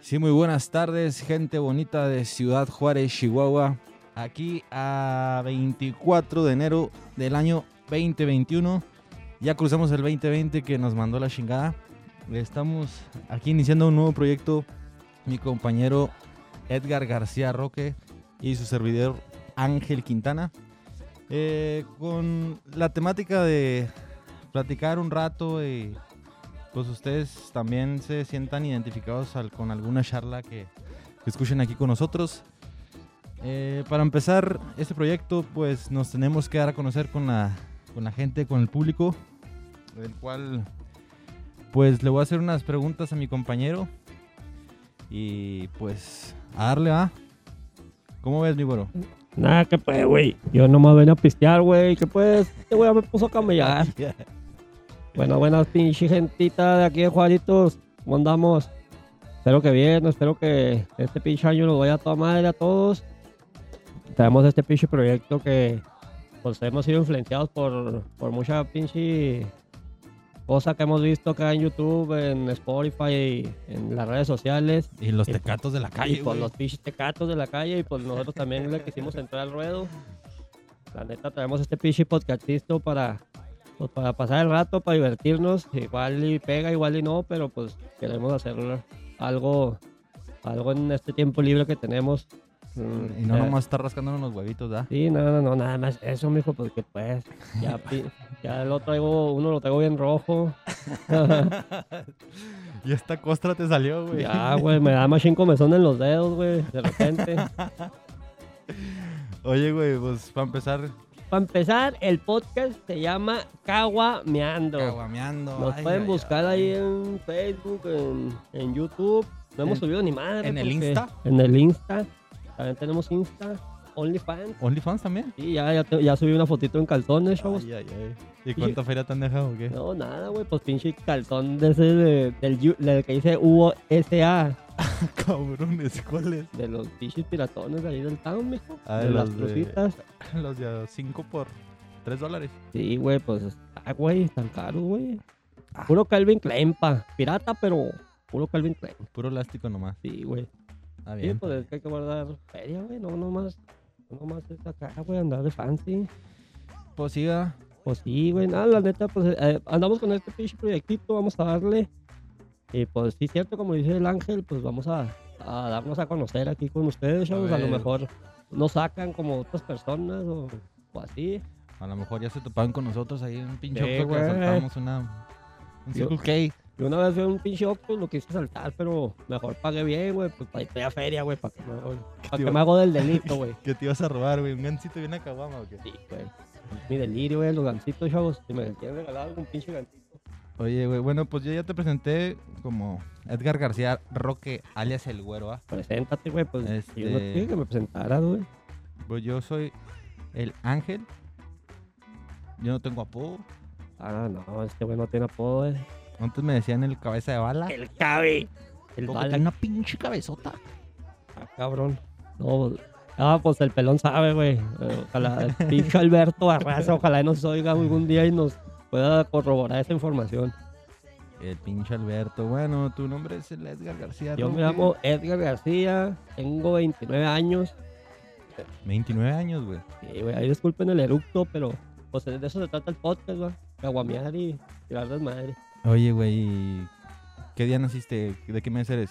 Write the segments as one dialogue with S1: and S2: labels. S1: Sí, muy buenas tardes, gente bonita de Ciudad Juárez, Chihuahua. Aquí a 24 de enero del año 2021. Ya cruzamos el 2020 que nos mandó la chingada. Estamos aquí iniciando un nuevo proyecto. Mi compañero Edgar García Roque y su servidor Ángel Quintana. Eh, con la temática de platicar un rato eh, y pues ustedes también se sientan identificados al- con alguna charla que, que escuchen aquí con nosotros. Eh, para empezar este proyecto, pues nos tenemos que dar a conocer con la, con la gente, con el público, el cual pues le voy a hacer unas preguntas a mi compañero y pues a darle a... ¿Cómo ves, mi güero?
S2: Nah, que pues, güey. Yo nomás venía a pistear, güey. Que pues, este güey ya me puso a camellar. Bueno, buenas pinche gentita de aquí de Juaritos. ¿Cómo andamos? Espero que bien, espero que este pinche año lo vaya a toda madre a todos. Tenemos este pinche proyecto que pues hemos sido influenciados por, por mucha pinche cosa que hemos visto acá en YouTube, en Spotify, y en las redes sociales.
S1: Y los
S2: Y-
S1: tecatos de la
S2: Eh, Y
S1: calle.
S2: por
S1: güey.
S2: los pinches tecatos de la calle y pues nosotros también le quisimos entrar al ruedo. La neta traemos este pinche podcastito para, pues, para pasar el rato, para divertirnos. Igual y pega, igual y no, pero pues queremos hacer algo, algo en este tiempo libre que tenemos. Mm,
S1: Y no
S2: eh,
S1: nomás está rascándonos los huevitos, ¿da?
S2: Sí, no, no, no, nada más eso, mijo, porque pues ya, pi- ya lo traigo, uno lo traigo bien rojo.
S1: Y esta costra te salió, güey.
S2: Ya, güey, me da más comezón en los dedos, güey, de repente.
S1: Oye, güey, pues para empezar,
S2: Para empezar, el podcast se llama Caguameando.
S1: caguameando.
S2: Nos
S1: ay,
S2: pueden
S1: ay,
S2: buscar
S1: ay.
S2: ahí en Facebook, en, en YouTube. No hemos
S1: En-
S2: subido ni madre.
S1: en el
S2: porque-
S1: Insta.
S2: En el Insta. También tenemos Insta, OnlyFans.
S1: OnlyFans también.
S2: Sí, ya, ya, te- ya subí una fotito en calzones, chavos.
S1: Ay, ay, ay. ¿Y cuánta feria te han dejado o qué?
S2: No, nada, güey, pues pinche calzón de ese de- del, Yu- del que dice USA,
S1: Cabrones, ¿cuáles?
S2: de los pinches piratones de ahí del town, mijo.
S1: Ah,
S2: de
S1: de
S2: las
S1: los de-
S2: trucitas.
S1: Los de 5 por 3 dólares.
S2: Sí, güey, pues está, güey, tan caro, güey. Puro Calvin Klein, pa. Pirata, pero puro Calvin Klein.
S1: Puro elástico nomás.
S2: Sí, güey.
S1: Está
S2: Sí,
S1: bien.
S2: pues es que hay que guardar feria, güey. No, nomás, no nomás es acá, güey, andar de fancy.
S1: Pues siga.
S2: Pues sí, güey, nada, la neta, pues eh, andamos con este pinche proyectito, vamos a darle. Y pues sí, cierto, como dice el ángel, pues vamos a, a darnos a conocer aquí con ustedes, chavos. A, lo
S1: ver.
S2: mejor nos sacan como otras personas o, o así.
S1: A lo mejor ya se topaban con nosotros ahí en un pinche
S2: Sí,
S1: Oxxo que
S2: güey.
S1: asaltamos una. Un
S2: Yo-
S1: Circle K.
S2: Yo una vez fui a un pinche Oxxo y lo quise saltar, pero mejor pagué bien, güey. Pues para ir a feria, güey, para que, me- pa' que me hago del delito, güey.
S1: ¿Qué te ibas a robar, güey? ¿Un gancito y una caguama o qué?
S2: Sí, güey. Mi delirio, güey, los gancitos, chavos. Si me quieren regalar algún pinche gancito.
S1: Oye, güey, bueno, pues yo ya te presenté como Edgar García Roque, alias el güero, ¿ah?
S2: Preséntate, güey, pues yo no
S1: Este-
S2: te dije que me presentaras, güey.
S1: Pues yo soy el ángel. Yo no tengo apodo.
S2: Ah, no, este güey no tiene apodo, güey.
S1: Antes me decían el cabeza de bala.
S2: El Cabe.
S1: Porque
S2: El bala,
S1: tiene una pinche cabezota.
S2: ah, cabrón. No, pues- ah, pues el pelón sabe, güey. Eh, Ojalá, el pinche Alberto Barraza, ojalá y nos oiga algún día y nos pueda corroborar esa información.
S1: El pinche Alberto. Bueno, tu nombre es el Edgar García.
S2: Yo
S1: Roque.
S2: me llamo Edgar García, tengo 29 años.
S1: 29 años, güey.
S2: Y, güey, ahí disculpen el eructo, pero pues de eso se trata el podcast, güey. Caguamear y tirar desmadre.
S1: Oye, güey. ¿y ¿Qué día naciste? ¿De qué mes eres?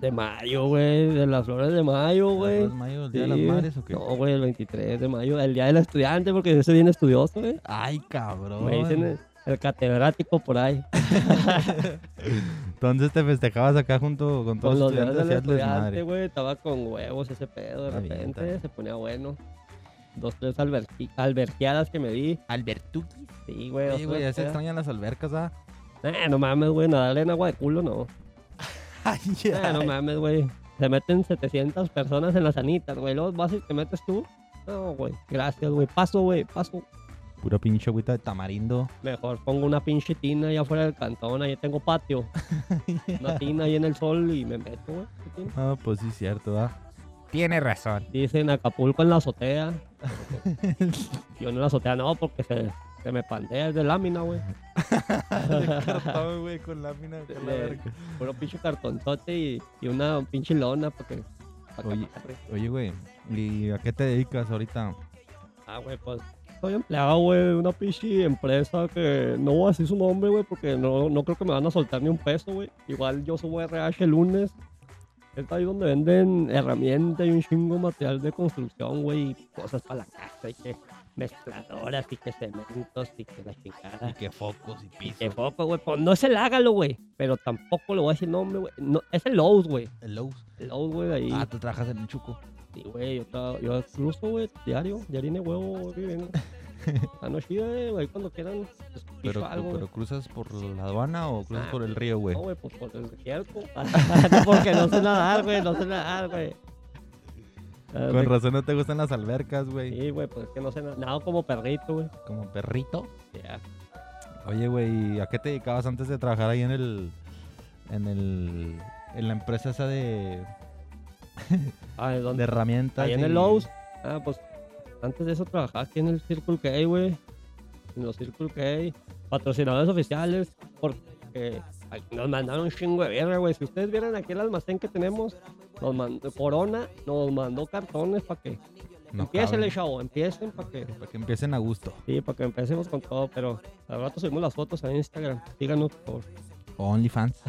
S2: De mayo, güey, de las flores de mayo, güey.
S1: ¿El mayo, el día de
S2: Sí.
S1: las madres o qué?
S2: No, güey, el 23 de mayo, el día del estudiante, porque yo soy bien estudioso, güey.
S1: Ay, cabrón.
S2: Me dicen el, el catedrático por ahí.
S1: Pues Entonces te festejabas acá junto con todos
S2: Con los
S1: los
S2: días del
S1: estudiantes de
S2: estudiante,
S1: madre.
S2: güey, estaba con huevos ese pedo, de
S1: Está bien,
S2: repente
S1: está bien.
S2: se ponía bueno. Dos, tres alberqui- alberqueadas que me di.
S1: Albertuquis.
S2: Sí, güey. dos,
S1: Oye, güey,
S2: tres
S1: ya se
S2: pedas.
S1: extrañan las albercas, ¿ah?
S2: Eh, no mames, güey, nadarle en agua de culo, no.
S1: Ay,
S2: Ah, no mames, güey. Se meten 700 personas en las anitas, güey. Luego vas y te metes tú. No, güey. Gracias, güey. Paso, güey. Paso.
S1: Pura pinche agüita de tamarindo.
S2: Mejor pongo una pinche tina allá afuera del cantón. Ahí tengo patio. Una tina ahí en el sol y me meto, güey.
S1: Ah, pues sí, cierto, ¿ah? Tiene razón.
S2: Dicen Acapulco en la azotea. Yo en la azotea no, porque se, Se me pandea el de lámina, güey.
S1: De cartón, güey, con lámina.
S2: De-
S1: con la
S2: de-
S1: verga.
S2: Puro pinche cartonzote y, y una pinche lona porque.
S1: Oye. Oye, güey, ¿y a qué te dedicas ahorita?
S2: Ah, güey, pues. Soy empleado, güey, de una pinche empresa que no voy a decir su nombre, güey, porque no, no creo que me van a soltar ni un peso, güey. Igual yo subo RH el lunes. Está ahí donde venden herramientas y un chingo de material de construcción, güey, y cosas para la casa, y que mezcladoras, y que cementos, y que la chingada.
S1: que focos y
S2: Y que poco, güey, pues no es el hágalo, güey, pero tampoco le voy a decir nombre, güey. No, es el Lowe's, güey.
S1: El Lowe's.
S2: El Lowe's, güey, de ahí.
S1: Ah, tú trabajas en el Chuco.
S2: Sí, güey, yo, tra- yo cruzo, güey, diario, diario de huevo, güey, viviendo. Anoche, güey, güey, cuando quieran, pues, picho
S1: Pero,
S2: algo,
S1: pero
S2: güey.
S1: cruzas por la aduana o cruzas
S2: Ah,
S1: por el río, Oh, güey.
S2: No, güey, pues por el jerco. no, porque no sé nadar, güey, no sé nadar, güey. Ah,
S1: Con razón no te gustan las albercas, güey.
S2: Sí, güey, pues es que no sé nadar, nado como perrito, güey.
S1: Como perrito.
S2: Ya.
S1: Oye, güey, ¿y ¿a qué te dedicabas antes de trabajar ahí en el. en el. en la empresa esa de.
S2: Ah, ¿de
S1: de
S2: dónde?
S1: herramientas?
S2: Ahí en
S1: y-
S2: el Lowe's. Ah, pues antes de eso trabajaba aquí en el Circle K, güey. En los Circle K. Patrocinadores oficiales. Porque ay, nos mandaron un chingo de verga, güey. Si ustedes vieran aquí el almacén que tenemos, nos mandó, Corona nos mandó cartones para que
S1: No
S2: empiecen
S1: cabe.
S2: el show. Empiecen para que,
S1: Para que empiecen a gusto.
S2: sí, para que empecemos con todo. Pero al rato subimos las fotos a Instagram. Díganos por
S1: OnlyFans.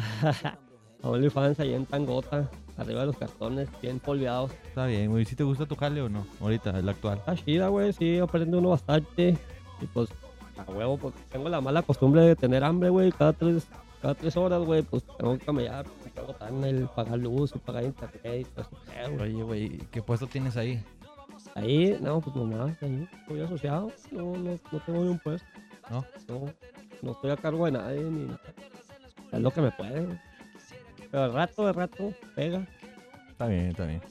S2: a OnlyFans ahí en Tangota. Arriba de los cartones, bien polveados.
S1: Está bien, güey. ¿Si te gusta tu jale o no? Ahorita, el actual.
S2: Está chida, güey, Ah, sí, aprende uno bastante. Y pues, a huevo, porque tengo la mala costumbre de tener hambre, güey, cada tres, cada tres horas, güey, pues tengo que camellar, porque tengo tan el pagar luz y pagar internet y todo eso, eh, güey.
S1: Oye, güey, ¿qué puesto tienes ahí?
S2: Ahí, no, pues no nada, ahí, estoy asociado, no, no, no tengo ni un puesto.
S1: ¿No?
S2: No, no estoy a cargo de nadie ni nada. Es lo que me puede, güey. Pero de rato, de rato, pega.
S1: Está bien, está bien.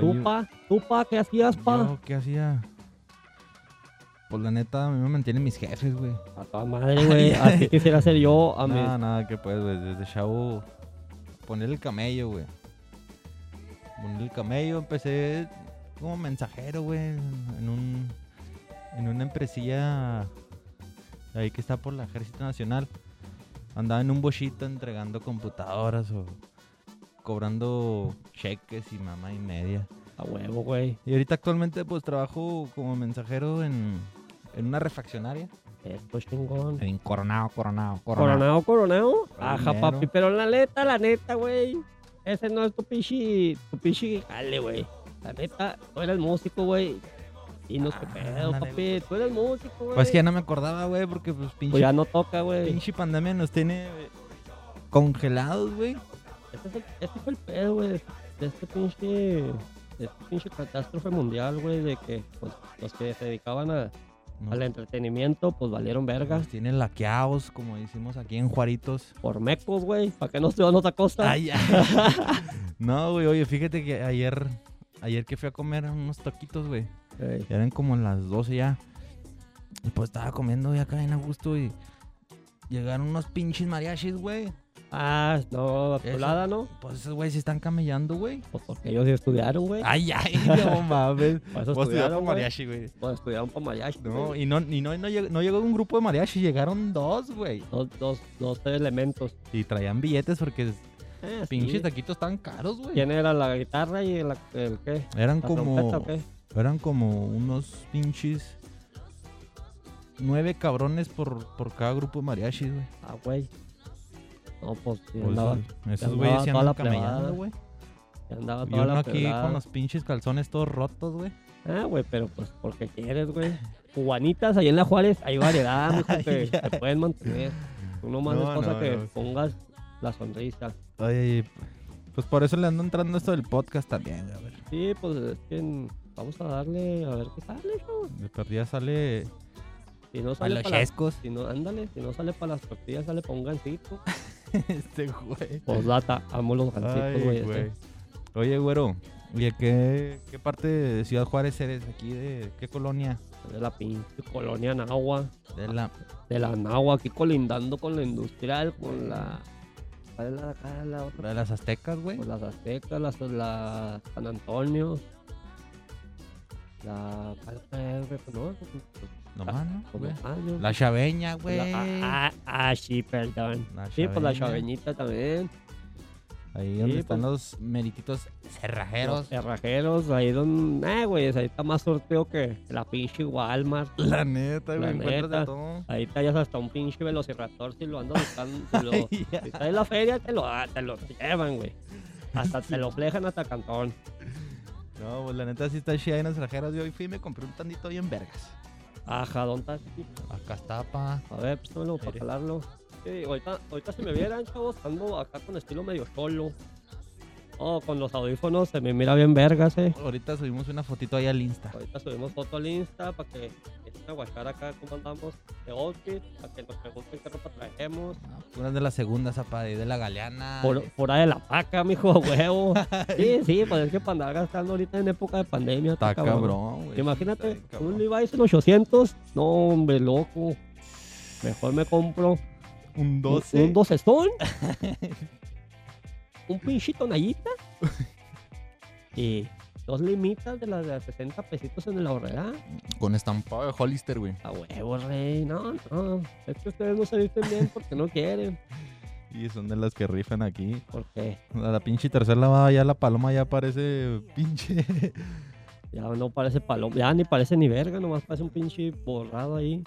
S2: Tú, pa, tú, pa, ¿qué hacías, pa?
S1: yo, ¿qué hacía? Pues la neta, a mí me mantienen mis jefes, güey.
S2: A toda madre, güey, así quisiera ser yo a mis
S1: Nada, nada, que pues, güey. Desde chavo, poner el camello, güey. Poner el camello, empecé como mensajero, güey. En un. En una empresilla. Ahí que está por la Ejército Nacional. Andaba en un bochito entregando computadoras o cobrando cheques y mamá y media.
S2: A huevo, güey.
S1: Y ahorita actualmente pues trabajo como mensajero en, en una refaccionaria.
S2: Esto es Eh, pues chingón.
S1: En Coronado, Coronado, Eh, Coronado.
S2: Coronado, coronado. Ajá,
S1: Coronero.
S2: papi. Pero la neta, la neta, güey. Ese no es tu pichi. Tu pichi jale, güey. La neta, tú eres músico, güey. Y no qué pedo,
S1: Ah, Ándale,
S2: papi. Tú eres músico, güey.
S1: Pues que ya no me acordaba, güey, porque pues pinche,
S2: Pues ya no toca, güey.
S1: pinche pandemia nos tiene eh, congelados, güey.
S2: Este, es el- este fue el pedo, güey. De este pinche. De este pinche catástrofe mundial, güey. De que pues, los que se dedicaban a-
S1: Nos,
S2: al entretenimiento, pues valieron verga.
S1: nos tiene laqueados, como decimos aquí en Juaritos.
S2: Por mecos, güey. ¿Para qué no estudian otra cosa?
S1: Ay, ay. no, güey, oye, fíjate que ayer, ayer que fui a comer unos taquitos, güey.
S2: Ey,
S1: Ya eran como las 12 ya. Y pues estaba comiendo ya acá en a gusto y llegaron unos pinches mariachis, güey.
S2: Ah, no,
S1: Eso.
S2: pelada, ¿no?
S1: Pues esos güeyes se están camellando, güey.
S2: Pues porque ellos sí estudiaron, güey.
S1: Ay, ay, no mames.
S2: Por eso
S1: Voy a estudiar
S2: Pues, estudiaron,
S1: con
S2: güey.
S1: mariachi, güey.
S2: Pues estudiaron para mariachi.
S1: No,
S2: güey.
S1: y no, y no, no llegó, no llegó un grupo de mariachi, llegaron dos, güey.
S2: Dos, dos, dos elementos.
S1: Y traían billetes porque
S2: Ah,
S1: pinches
S2: sí.
S1: taquitos tan caros, güey.
S2: ¿Quién era la guitarra y la- el qué?
S1: Eran
S2: ¿La trompeta o
S1: como,
S2: qué?
S1: eran como unos pinches nueve cabrones por, por cada grupo de mariachi, güey.
S2: Ah, güey. No, pues sí,
S1: Pues,
S2: andaba,
S1: Esos
S2: andaba
S1: güeyes se
S2: toda
S1: andan
S2: la plebada.
S1: camellando, güey.
S2: sí andaba
S1: Y
S2: toda
S1: uno
S2: la
S1: aquí
S2: pelada.
S1: con los pinches calzones todos rotos, güey.
S2: Ah, güey, pero pues porque quieres, güey. Cubanitas, ahí en la Juárez hay variedad, mijo, que
S1: Ya.
S2: te pueden mantener. Uno más
S1: No,
S2: es cosa
S1: no,
S2: que
S1: no.
S2: pongas la sonrisa.
S1: Oye, pues por eso le ando entrando esto del podcast también, güey, a ver.
S2: Sí, pues es que vamos a darle a ver qué sale, ¿no?
S1: De perdida sale
S2: Si no
S1: a
S2: sale
S1: los
S2: para las
S1: chescos.
S2: Si no, ándale, si no sale para las tortillas, sale para un gancito.
S1: Este güey.
S2: Postdata, amo los gancitos,
S1: Ay,
S2: güey. ese.
S1: güey. Oye, güero, ¿y a qué, qué parte de Ciudad Juárez eres? ¿Aquí de qué colonia?
S2: De la pinche colonia Nahua,
S1: De la...
S2: de la Nahua, aquí colindando con la industrial, con la. ¿Cuál es la de acá, la otra?
S1: de las aztecas, güey.
S2: Con las Aztecas, las, la San Antonio. La. ¿Cuál es la- no, pues,
S1: Nomás, ¿no?
S2: Como-
S1: güey?
S2: ah, yo-
S1: La chaveña, güey.
S2: La- ah, ah, ah, sí, perdón.
S1: La
S2: Sí, pues la
S1: chaveña.
S2: chaveñita también.
S1: Ahí
S2: Sí,
S1: donde
S2: pues.
S1: están los merititos cerrajeros.
S2: Los cerrajeros, ahí donde. Eh, güey, ahí está más sorteo que la pinche Walmart.
S1: La neta,
S2: La
S1: güey, encuentras de
S2: neta.
S1: todo.
S2: Ahí tallas hasta un pinche velociraptor si lo andas buscando. te lo- si está en la feria, te lo, da- te lo llevan, güey. Hasta te lo flejan hasta Cantón.
S1: No, pues la neta sí está chida en las cerrajeras. Yo hoy fui y me compré un tandito bien vergas.
S2: Ajá, ¿dónde está?
S1: Acá está, pa.
S2: A ver, pues dámelo para
S1: Mire.
S2: calarlo. Sí, ahorita, ahorita si me vieran, chavos, ando acá con estilo medio solo. Oh, con los audífonos se me mira bien vergas, eh.
S1: Ahorita subimos una fotito ahí al Insta.
S2: Ahorita subimos foto al Insta para que empiecen a guachar acá cómo andamos de outfit, para que nos pregunten qué ropa traemos.
S1: Una de las segundas, apa, de de la galeana.
S2: Por, por ahí de la paca, mijo, a huevo. Sí, sí, pues es que para andar gastando ahorita en época de pandemia.
S1: Está cabrón, güey.
S2: Imagínate,
S1: Está
S2: un
S1: cabrón.
S2: Levi's en 800. No, hombre, loco. Mejor me compro
S1: Un
S2: un-
S1: 12.
S2: un 12 Stone. un pinchito Nayita. Y dos limitas de las de 60 pesitos en el ahorrera.
S1: Con estampado de Hollister, güey.
S2: A huevo, rey. No, no. Es que ustedes no se visten bien porque no quieren.
S1: Y son de las que rifan aquí.
S2: Porque
S1: A la pinche tercera lavada ya la paloma ya parece pinche.
S2: ya no parece paloma. Ya ni parece ni verga. Nomás parece un pinche borrado ahí.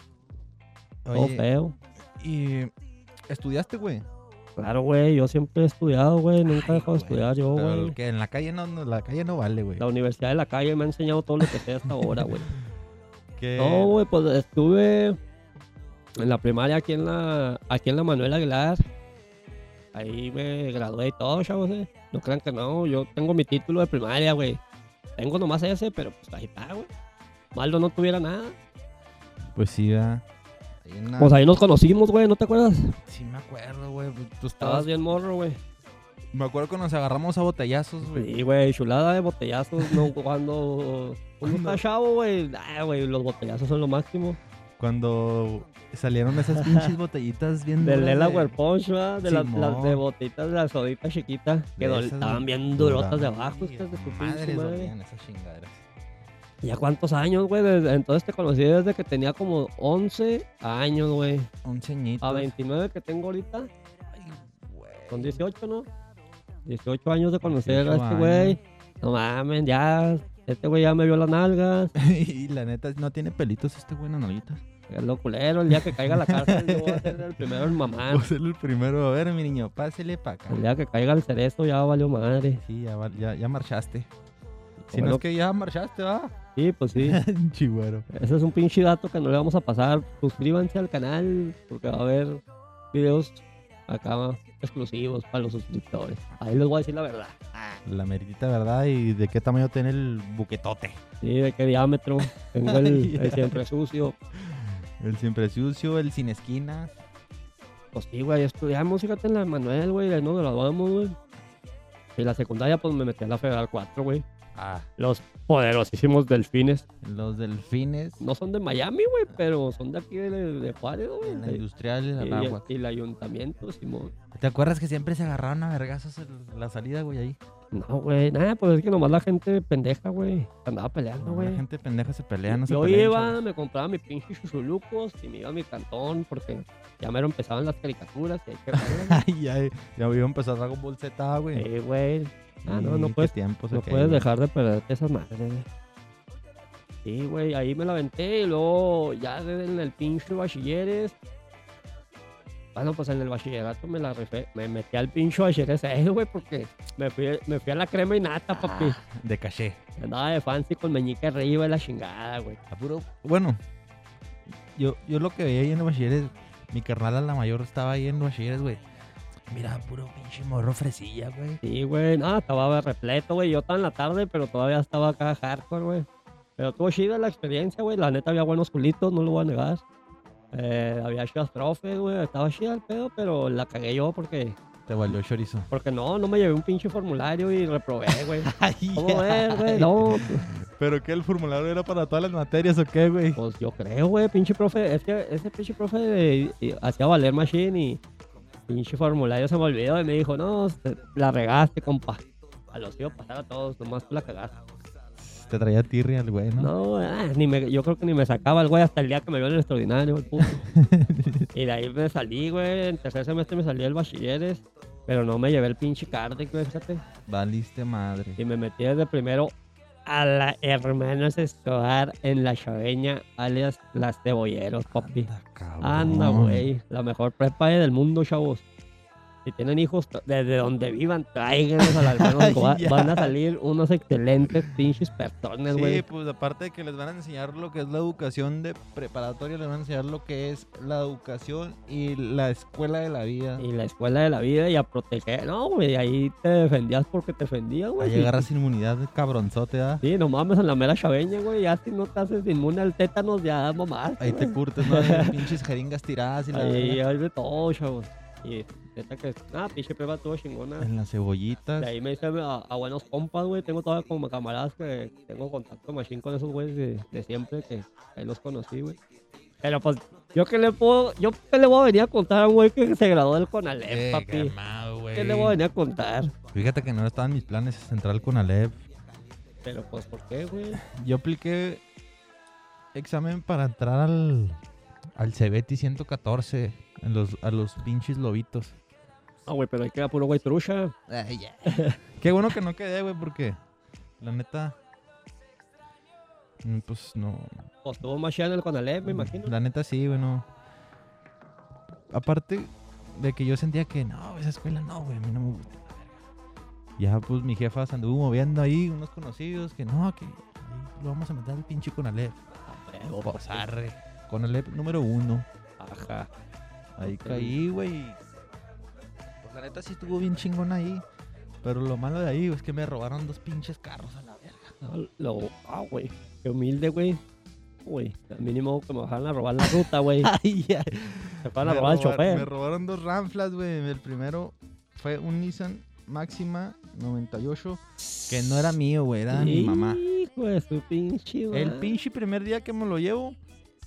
S2: Todo
S1: Oye,
S2: feo.
S1: y estudiaste, güey.
S2: Claro, güey, yo siempre he estudiado, güey, nunca he dejado de
S1: güey,
S2: estudiar yo,
S1: Pero
S2: güey.
S1: que en la calle no, no- la calle no vale, güey.
S2: La universidad de la calle me ha enseñado todo lo que sé hasta ahora, güey.
S1: Que-
S2: No, güey, pues estuve en la primaria aquí en la, aquí en la Manuel Aguilar. Ahí me gradué y todo, chavos, eh. No crean que no, yo tengo mi título de primaria, güey. Tengo nomás ese, pero pues ahí está, güey. Maldo no tuviera nada.
S1: Pues sí, va. Hay una-
S2: Pues ahí nos conocimos, güey, ¿no te acuerdas?
S1: Sí, me acuerdo, güey. Tú estabas.
S2: Estabas bien morro, güey.
S1: Me acuerdo cuando nos agarramos a botellazos, güey.
S2: Sí, güey, chulada de botellazos, no, cuando uno
S1: Cuando-
S2: está chavo, güey, ah, güey, los botellazos son lo máximo.
S1: Cuando salieron esas pinches botellitas bien.
S2: Del
S1: duras
S2: Delaware Punch, ¿verdad? De las,
S1: Simón.
S2: las de botellitas de la sodita chiquita, que
S1: De
S2: dol-
S1: esas
S2: estaban bien
S1: duras.
S2: durotas de abajo, hijas de su pinche
S1: Madres
S2: madre.
S1: dolían esas chingaderas.
S2: ¿Ya cuántos años, güey? Desde- Entonces te conocí desde que tenía como 11 años, güey.
S1: Un ceñito.
S2: A 29 que tengo ahorita,
S1: Ay, güey.
S2: son 18, ¿no? 18 años de conocer a
S1: 18
S2: este güey. No mames, ya, este güey ya me vio las nalgas.
S1: y la neta, no tiene pelitos este güey en la nalguita.
S2: Es lo culero, el día que caiga a la cárcel yo voy a ser el primero en mamar.
S1: Voy a ser el primero. A ver, mi niño, pásele para acá.
S2: El día que caiga el cerezo ya valió madre.
S1: Sí, ya, va- ya, ya marchaste. Si no
S2: Bueno.
S1: es que ya marchaste, va.
S2: Sí, pues sí.
S1: Chigüero.
S2: Ese es un pinche dato que no le vamos a pasar. Suscríbanse al canal porque va a haber videos acá exclusivos para los suscriptores. Ahí les voy a decir la verdad.
S1: La meritita, ¿verdad? ¿Y de qué tamaño tiene el buquetote?
S2: Sí, de qué diámetro. Tengo el, el siempre sucio.
S1: El siempre sucio, el sin esquinas.
S2: Pues sí, güey, estudiamos, fíjate, en la Manuel, güey, ahí nos graduamos, güey. Y la secundaria, pues me metí a la Federal 4, güey.
S1: Ah,
S2: Los poderosísimos delfines.
S1: los delfines.
S2: No son de Miami, güey, pero son de aquí de, de Juárez, güey.
S1: En Ah, la industrial, en
S2: Y-
S1: la agua.
S2: y, el ayuntamiento, Simón.
S1: ¿Te acuerdas que siempre se agarraron a vergazos en la salida, güey, ahí?
S2: No, güey, nada, pues es que nomás la gente pendeja, güey. Andaba peleando,
S1: No, la
S2: güey.
S1: gente pendeja se pelea, no se
S2: Yo
S1: peleen,
S2: iba,
S1: chavos.
S2: me compraba mis pinches chuchulucos y me iba a mi cantón porque ya mero empezaban las caricaturas y hay que verlas.
S1: Ay, ay, ya iba a empezar Dragon Ball Z, güey.
S2: Sí, güey. Eh, Ah, no, no
S1: Y qué
S2: puedes,
S1: tiempos
S2: no
S1: aquellos.
S2: puedes dejar de perderte esas madres, güey. Sí, güey, ahí me la aventé y luego ya en el pinche bachilleres. Bueno, pues en el bachillerato me la rifé- me metí al pinche bachilleres, eh, güey, porque me fui, me fui a la crema y nata, papi.
S1: Ah, de caché.
S2: Andaba de fancy con meñique arriba y la chingada, güey.
S1: A puro- Bueno, yo, yo lo que veía ahí en los bachilleres, mi carnal a la mayor estaba ahí en los bachilleres, güey. Mira, puro pinche morro fresilla, güey.
S2: Sí, güey, no, estaba repleto, güey. Yo estaba en la tarde, pero todavía estaba acá hardcore, güey. Pero tuvo chida la experiencia, güey. La neta había buenos culitos, no lo voy a negar. Eh, había chidas profes, güey. Estaba chida el pedo, pero la cagué yo porque,
S1: Te valió chorizo.
S2: porque no, no me llevé un pinche formulario y reprobé, güey.
S1: Ay,
S2: ¿Cómo ves, güey? No,
S1: ¿Pero qué? ¿El formulario era para todas las materias o qué, güey?
S2: pues yo creo, güey, pinche profe. Es que ese pinche profe eh, eh, hacía valer machine y pinche formulario se me olvidó y me dijo, no, te- la regaste, compa. A los iba a pasar a todos, nomás tú la cagaste.
S1: Te te traía tirria el güey, ¿no?
S2: No, ah, ni me, yo creo que ni me sacaba el güey hasta el día que me vio en el extraordinario, el puto. y de ahí me salí, güey. En tercer semestre me salí del bachilleres, pero no me llevé el pinche Kardec, güey, fíjate.
S1: Valiste madre.
S2: Y me metí desde primero a la Hermanos Escobar en la chaveña, alias Las Cebolleros, papi.
S1: Anda, cabrón.
S2: Anda, güey. La mejor prepa del mundo, chavos. Si tienen hijos, t- desde donde vivan, tráiganlos a la hermana Escobar.
S1: Ya.
S2: Van a salir unos excelentes pinches personas, güey.
S1: Sí, pues aparte de que les van a enseñar lo que es la educación de preparatoria, les van a enseñar lo que es la educación y la escuela de la vida.
S2: Y la escuela de la vida y a proteger. No, güey, ahí te defendías porque te defendías,
S1: A
S2: güey.
S1: llegar a esa inmunidad de cabronzote, ¿ah?
S2: Sí, no mames, en la mera chaveña, güey. Ya si no te haces inmune al tétanos, ya mamás.
S1: Ahí te curtes, ¿no? De pinches jeringas tiradas y la...
S2: Ahí hay de todo, chavos. Y neta que, ah, pinche prueba todo chingona.
S1: En las cebollitas.
S2: De ahí me hice a, a buenos compas, güey. Tengo todavía como camaradas que tengo contacto machín con esos güeyes de, de siempre que ahí los conocí, güey. Pero pues, yo que le puedo, yo qué le voy a venir a contar a un güey que se graduó del Conalep,
S1: Eh,
S2: papi.
S1: calmado, güey.
S2: ¿Qué le voy a venir a contar?
S1: Fíjate que no estaban mis planes central con Alep.
S2: Pero pues, ¿por qué, güey?
S1: Yo apliqué examen para entrar al, al Cebeti 114, en los, a los pinches lobitos.
S2: Ah, güey, pero ahí queda puro güey trucha.
S1: Qué bueno que no quedé, güey, porque la neta. mm, Pues no.
S2: Pues tuvo más chida en el Conalep, me imagino.
S1: La neta sí, güey, no. Aparte de que yo sentía que no, esa escuela no, güey, a mí no me gusta. la verga". Ya, pues mi jefa se anduvo moviendo ahí, unos conocidos, que no, que ahí lo vamos a meter al pinche con Alep.
S2: Pero, pues,
S1: Con Alep número uno.
S2: Ajá.
S1: Ahí
S2: Ok.
S1: caí, güey. Pues la neta sí estuvo bien chingón ahí. Pero lo malo de ahí güey, es que me robaron dos pinches carros a la verga.
S2: Ah, Lo, ah, güey. Qué humilde, güey. Güey, al mínimo que me bajaran a robar la ruta, güey.
S1: Ay, ya.
S2: Se van a robar al chofer.
S1: Me robaron dos ranflas, güey. El primero fue un Nissan Máxima 98 que no era mío, güey, era de mi mamá.
S2: Hijo de su pinche
S1: El
S2: madre.
S1: pinche primer día que me lo llevo,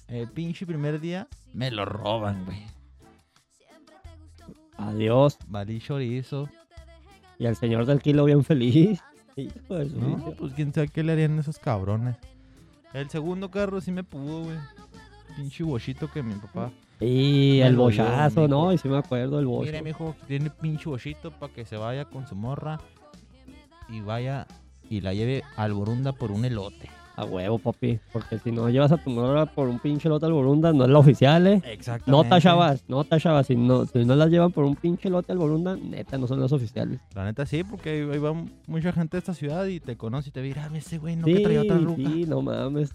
S1: el pinche primer día me lo roban, güey.
S2: Adiós.
S1: Valí chorizo.
S2: Y el señor del kilo bien feliz. Hijo de su
S1: No,
S2: pinche-
S1: pues quién sabe qué le harían esos cabrones. El segundo carro sí me pudo, güey. Pinche bochito que mi papá.
S2: Y el
S1: Me lo dio,
S2: bochazo,
S1: mijo.
S2: ¿no? Y sí me acuerdo el bocho.
S1: Mire, mijo, tiene pinche bochito para que se vaya con su morra y vaya y la lleve al Borunda por un elote.
S2: A huevo, papi. Porque si no llevas a tu morra por un pinche lote al Borunda, no es la oficial, ¿eh?
S1: Exactamente.
S2: No tachabas, no tachabas. Si no, si no las llevan por un pinche lote al Borunda, neta, no son las oficiales.
S1: La neta sí, porque ahí- ahí va mucha gente de esta ciudad y te conoce y te dirá, "Ah, ese güey no
S2: sí,
S1: que traía otra ruca.
S2: sí, no mames.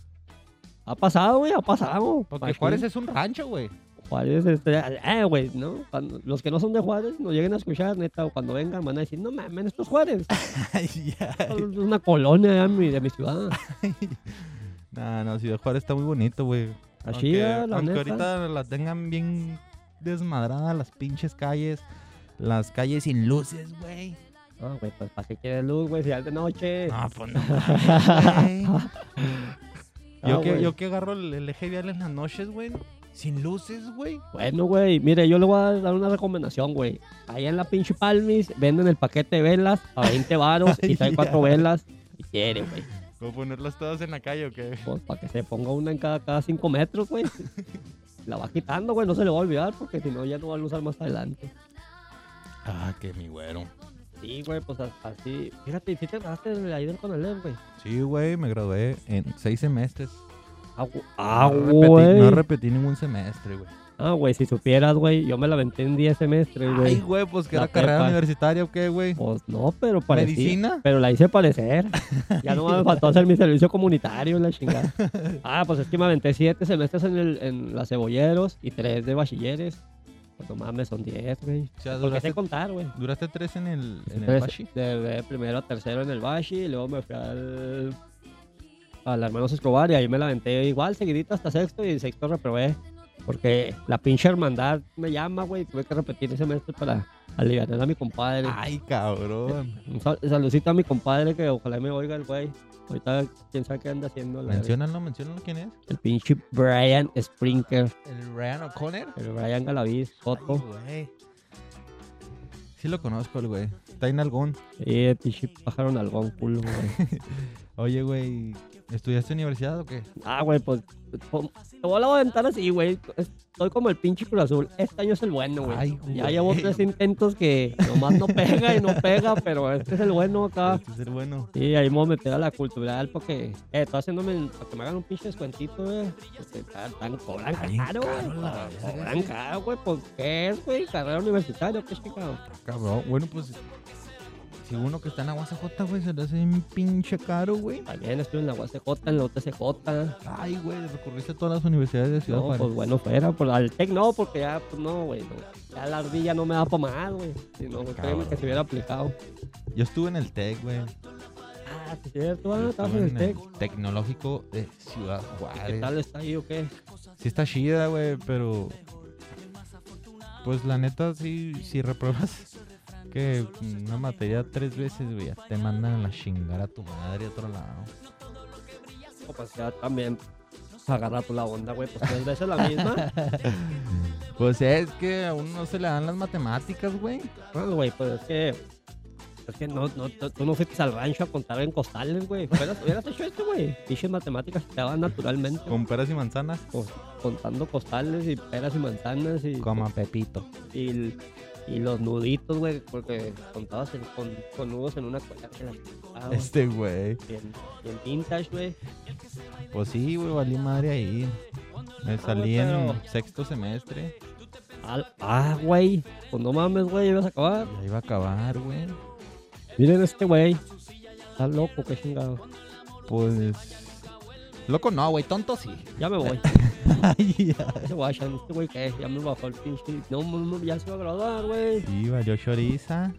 S2: Ha pasado, güey, ha pasado.
S1: Porque
S2: Machín.
S1: Juárez es un rancho, güey.
S2: Juárez, este, eh, güey, ¿no? Cuando- los que no son de Juárez nos lleguen a escuchar, neta, o cuando vengan van a decir, no mames, esto es Juárez, esto es una colonia de mi, de mi ciudad.
S1: No, no, Ciudad Juárez está muy bonito, güey.
S2: Así, eh, la
S1: aunque
S2: neta.
S1: ahorita las tengan bien desmadradas las pinches calles. Las calles sin luces, güey.
S2: No, güey, pues, ¿para qué quieres luz, güey, si ya es de noche?
S1: No, pues no. güey. yo,
S2: Ah,
S1: que,
S2: güey.
S1: yo que agarro el, el eje vial en las noches, güey. Sin luces, güey.
S2: Bueno, güey, mire, yo le voy a dar una recomendación, güey. Allá en la pinche Palmis venden el paquete de velas a 20 varos y trae
S1: Ay,
S2: cuatro
S1: ya.
S2: velas. Y quiere, güey.
S1: ¿Cómo ponerlas todas en la calle o qué?
S2: Pues para que se ponga una en cada, cada cinco metros, güey. La va quitando, güey, no se le va a olvidar porque si no ya no va a usar más adelante.
S1: Ah, que mi güero.
S2: Sí, güey, pues a- así. Fíjate, si te grabaste de ahí del Conalep, güey.
S1: Sí, güey, me gradué en seis semestres.
S2: Ah, gu- Ah,
S1: no, repetí,
S2: güey.
S1: no repetí ningún semestre, güey.
S2: ah, güey, si supieras, güey, yo me la aventé en 10 semestres,
S1: Ay,
S2: güey.
S1: güey, pues que
S2: La
S1: era carrera
S2: prepa.
S1: universitaria o qué, güey.
S2: Pues no, pero parecía.
S1: ¿Medicina?
S2: Pero la hice parecer. Ya no me faltó hacer mi servicio comunitario, la chingada. Ah, pues es que me aventé 7 semestres en, el, en las cebolleros y 3 de bachilleres. Pues no mames, son 10, güey.
S1: O sea,
S2: Porque sé
S1: duraste,
S2: contar, güey.
S1: duraste tres en el, en el
S2: Entonces,
S1: Pashi.
S2: de- de primero a tercero en el Bashi y luego me fui al, al Hermanos Escobar y ahí me la aventé igual seguidito hasta sexto y en sexto reprobé. Porque la pinche hermandad me llama, güey. Tuve que repetir ese semestre para aliviar a mi compadre.
S1: Ay, cabrón.
S2: Un sal- saludcito a mi compadre que ojalá me oiga el güey. Ahorita quién sabe qué anda haciendo. la verga.
S1: Menciónalo, menciónalo quién es.
S2: El pinche Brian Sprinker.
S1: El Ryan O'Connor.
S2: El Brian Galaviz, Coto.
S1: Ay, güey. Sí lo conozco el güey. Está en algún.
S2: Y el pinche pájaro nalgón, culo, güey.
S1: Oye, güey, ¿estudiaste universidad o qué?
S2: Ah, güey, pues. pues, Te voy a la ventana así, güey. Estoy como el pinche Cruz Azul. Este año es el bueno, güey.
S1: Ay,
S2: Ya
S1: güey.
S2: llevo tres intentos que nomás no pega y no pega, pero este es el bueno acá.
S1: Este es el bueno.
S2: Y ahí me voy a meter a la cultural porque eh, estoy haciéndome para que me hagan un pinche descuentito, eh. Este, güey. Porque están, están- cobran
S1: Está bien
S2: caro,
S1: caro
S2: güey.
S1: la
S2: pa-
S1: verga,
S2: Cobran
S1: sí.
S2: caro, güey. ¿Por qué es, güey? Carrera universitaria, pues, qué chingado.
S1: Cabrón, bueno, pues. Si uno que está en la UACJ, güey, se le hace un pinche caro, güey.
S2: También estoy en la UACJ, en la UTCJ.
S1: Ay, güey, recurriste a todas las universidades de Ciudad
S2: No,
S1: Juárez.
S2: pues bueno, fuera. Por, al TEC no, porque ya, pues no, güey. no. Ya la ardilla no me da para más, güey. Si no, créeme
S1: Cabrón.
S2: que se hubiera aplicado. pues.
S1: Yo estuve en el TEC, güey.
S2: Ah, sí, es cierto,
S1: Yo eh.
S2: ah, estabas
S1: estuve
S2: en el TEC.
S1: Tecnológico de Ciudad
S2: ¿Qué
S1: Juárez.
S2: tal está ahí o qué?
S1: Sí está chida, güey, pero... Pues la neta, sí, si reprobas que una materia tres veces, güey, ya te mandan a la chingada a tu madre a otro lado.
S2: O pues ya también pues, agarra tú la onda, güey. Pues tres veces la misma.
S1: Pues es que a uno no se le dan las matemáticas, güey.
S2: Ah, güey, pues es que. Es que no, no, tú tú no fuiste al rancho a contar en costales, güey. Hubieras, hubieras hecho esto, güey. Dichas matemáticas te daban naturalmente.
S1: Con peras y manzanas.
S2: co- contando costales y peras y manzanas y,
S1: Como a Pepito.
S2: y, l- y los nuditos, güey. Porque contabas en- con, con nudos en una cuerda. que la chingada, güey.
S1: Este, güey.
S2: Bien, bien vintage, güey.
S1: Pues sí, güey, valí madre ahí. Me salí en
S2: pero-
S1: sexto semestre.
S2: Al- Ah, güey. Pues no mames, güey. Ibas a acabar.
S1: Ya iba a acabar, güey.
S2: Miren este, güey. Está loco, qué chingado.
S1: Pues... Loco no, güey, tonto sí.
S2: Ya me voy.
S1: Ay, ya.
S2: Ese guachan, este güey que ya me bajó el pinche. No, no, no, ya se va a graduar, güey.
S1: Sí, valió choriza.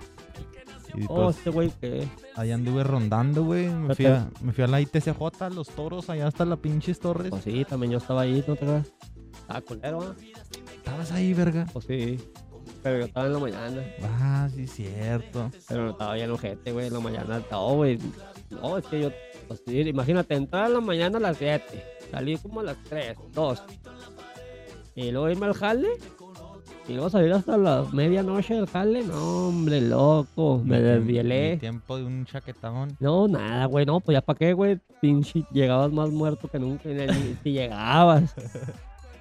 S1: Y
S2: Oh,
S1: pues
S2: este güey que.
S1: ahí anduve rondando, güey. Me fui, a, me fui a la ITCJ, a los toros, allá hasta la pinches torres.
S2: Pues sí, también yo estaba ahí, no te creas. Estaba culero, ¿ah?
S1: Estabas ahí, verga.
S2: Pues sí. Pero yo estaba en la mañana.
S1: Ah, sí, cierto.
S2: Pero estaba bien ojete, güey. En la mañana todo, güey. No, es que yo. Pues sí, imagínate, entrar en la mañana a las 7. Salí como a las 3, 2. Y luego irme al jale. Y luego salir hasta la medianoche del jale. No, hombre, loco. Me
S1: Mi tiemp-
S2: desvielé.
S1: mi tiempo de un chaquetón.
S2: No, nada, güey, no, pues ya para qué, güey. Pinche, llegabas más muerto que nunca en el- si llegabas.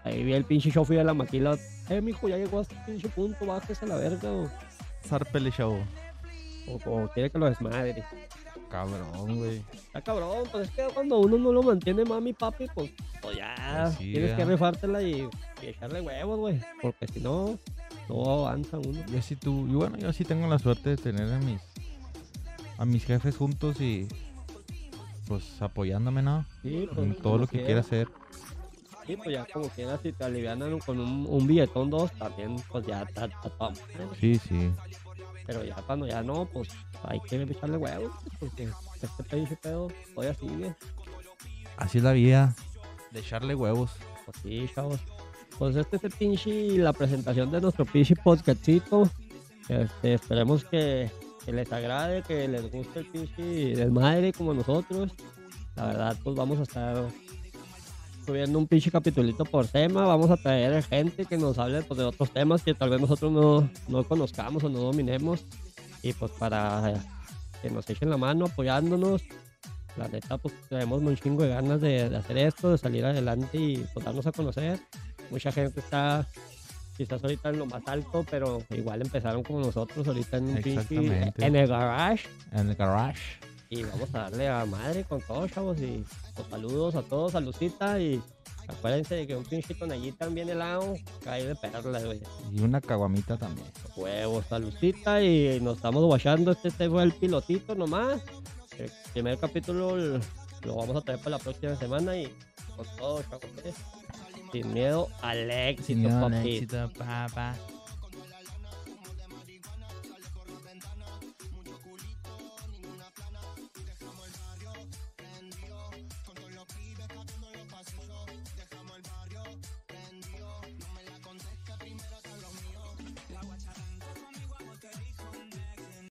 S2: Ahí vi el pinche chofer de la maquila. Eh, mijo, ya llegó a este pinche punto, bájese a la verga, o,
S1: Zarpele show.
S2: o, o quiere que lo desmadre.
S1: Cabrón, güey.
S2: Está cabrón, pues es que cuando uno no lo mantiene mami, papi, pues, pues ya,
S1: Pues sí,
S2: tienes
S1: ya.
S2: que rifártela y, y echarle huevos, güey. Porque si no, no avanza uno.
S1: Yo sí tú, y bueno, yo sí tengo la suerte de tener a mis a mis jefes juntos y pues apoyándome, ¿no?
S2: Sí, pues,
S1: En todo lo
S2: como
S1: que
S2: quiera.
S1: quiera hacer.
S2: Sí, pues ya como quieras, si te alivianan con un, un billetón dos, también, pues ya está, está toda madre.
S1: Sí, sí.
S2: Pero ya cuando ya no, pues hay que echarle huevos, pues, porque este pinche pedo todavía sigue.
S1: Así es la vida. De echarle huevos.
S2: Pues sí, chavos. Pues este es el pinche, la presentación de nuestro pinche podcastito. Este, esperemos que, que les agrade, que les guste el pinche desmadre como nosotros. La verdad, pues vamos a estar subiendo un pinche capitulito por tema. Vamos a traer gente que nos hable pues, de otros temas que tal vez nosotros no, no conozcamos o no dominemos. Y pues para que nos echen la mano apoyándonos. La neta, pues tenemos un chingo de ganas de, de hacer esto, de salir adelante y pues, darnos a conocer. Mucha gente está quizás ahorita en lo más alto, pero igual empezaron como nosotros ahorita en un pinche,
S1: Exactamente.
S2: en el garage.
S1: En el garage.
S2: Y vamos a darle a madre con todos, chavos. Y pues, saludos a todos, saludcita. Y acuérdense de que un pinche tonallita bien helado cae de perla, güey.
S1: Y una caguamita también.
S2: Huevos, saludcita. Y nos estamos guachando. Este, este fue el pilotito nomás. El primer capítulo l- lo vamos a traer para la próxima semana. Y con todos, chavos. eh, Sin miedo al éxito,
S1: Sin miedo al
S2: papito.
S1: éxito, papá.